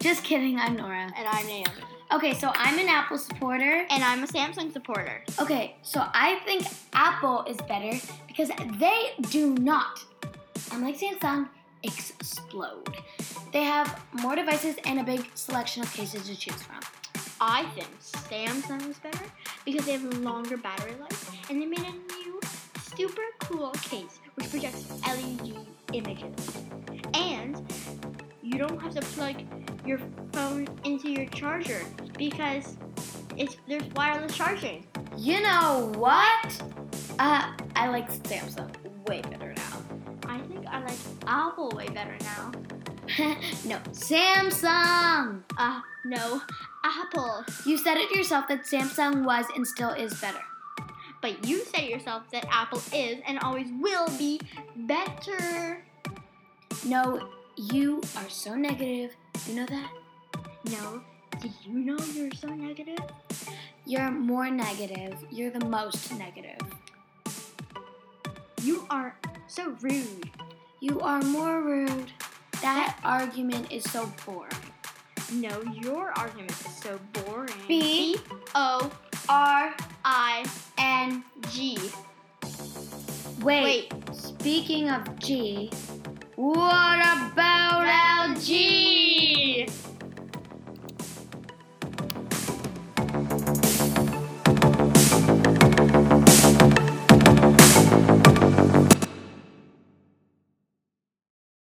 Just kidding, I'm Nora. And I'm Naomi. Okay, so I'm an Apple supporter. And I'm a Samsung supporter. Okay, so I think Apple is better because they do not, unlike Samsung, explode. They have more devices and a big selection of cases to choose from. I think Samsung is better because they have a longer battery life and they made a new super cool case which projects LED images. And you don't have to plug your phone into your charger because it's there's wireless charging. You know what? Uh, I like Samsung way better now. I think I like Apple way better now. no, Samsung! Uh, no, Apple. You said it yourself that Samsung was and still is better. But you said yourself that Apple is and always will be better. No, you are so negative. You know that? No, did you know you're so negative? You're more negative. You're the most negative. You are so rude. You are more rude. That argument is so boring. No, your argument is so boring. B O R I N. G. Wait. Wait. Speaking of G, what about LG?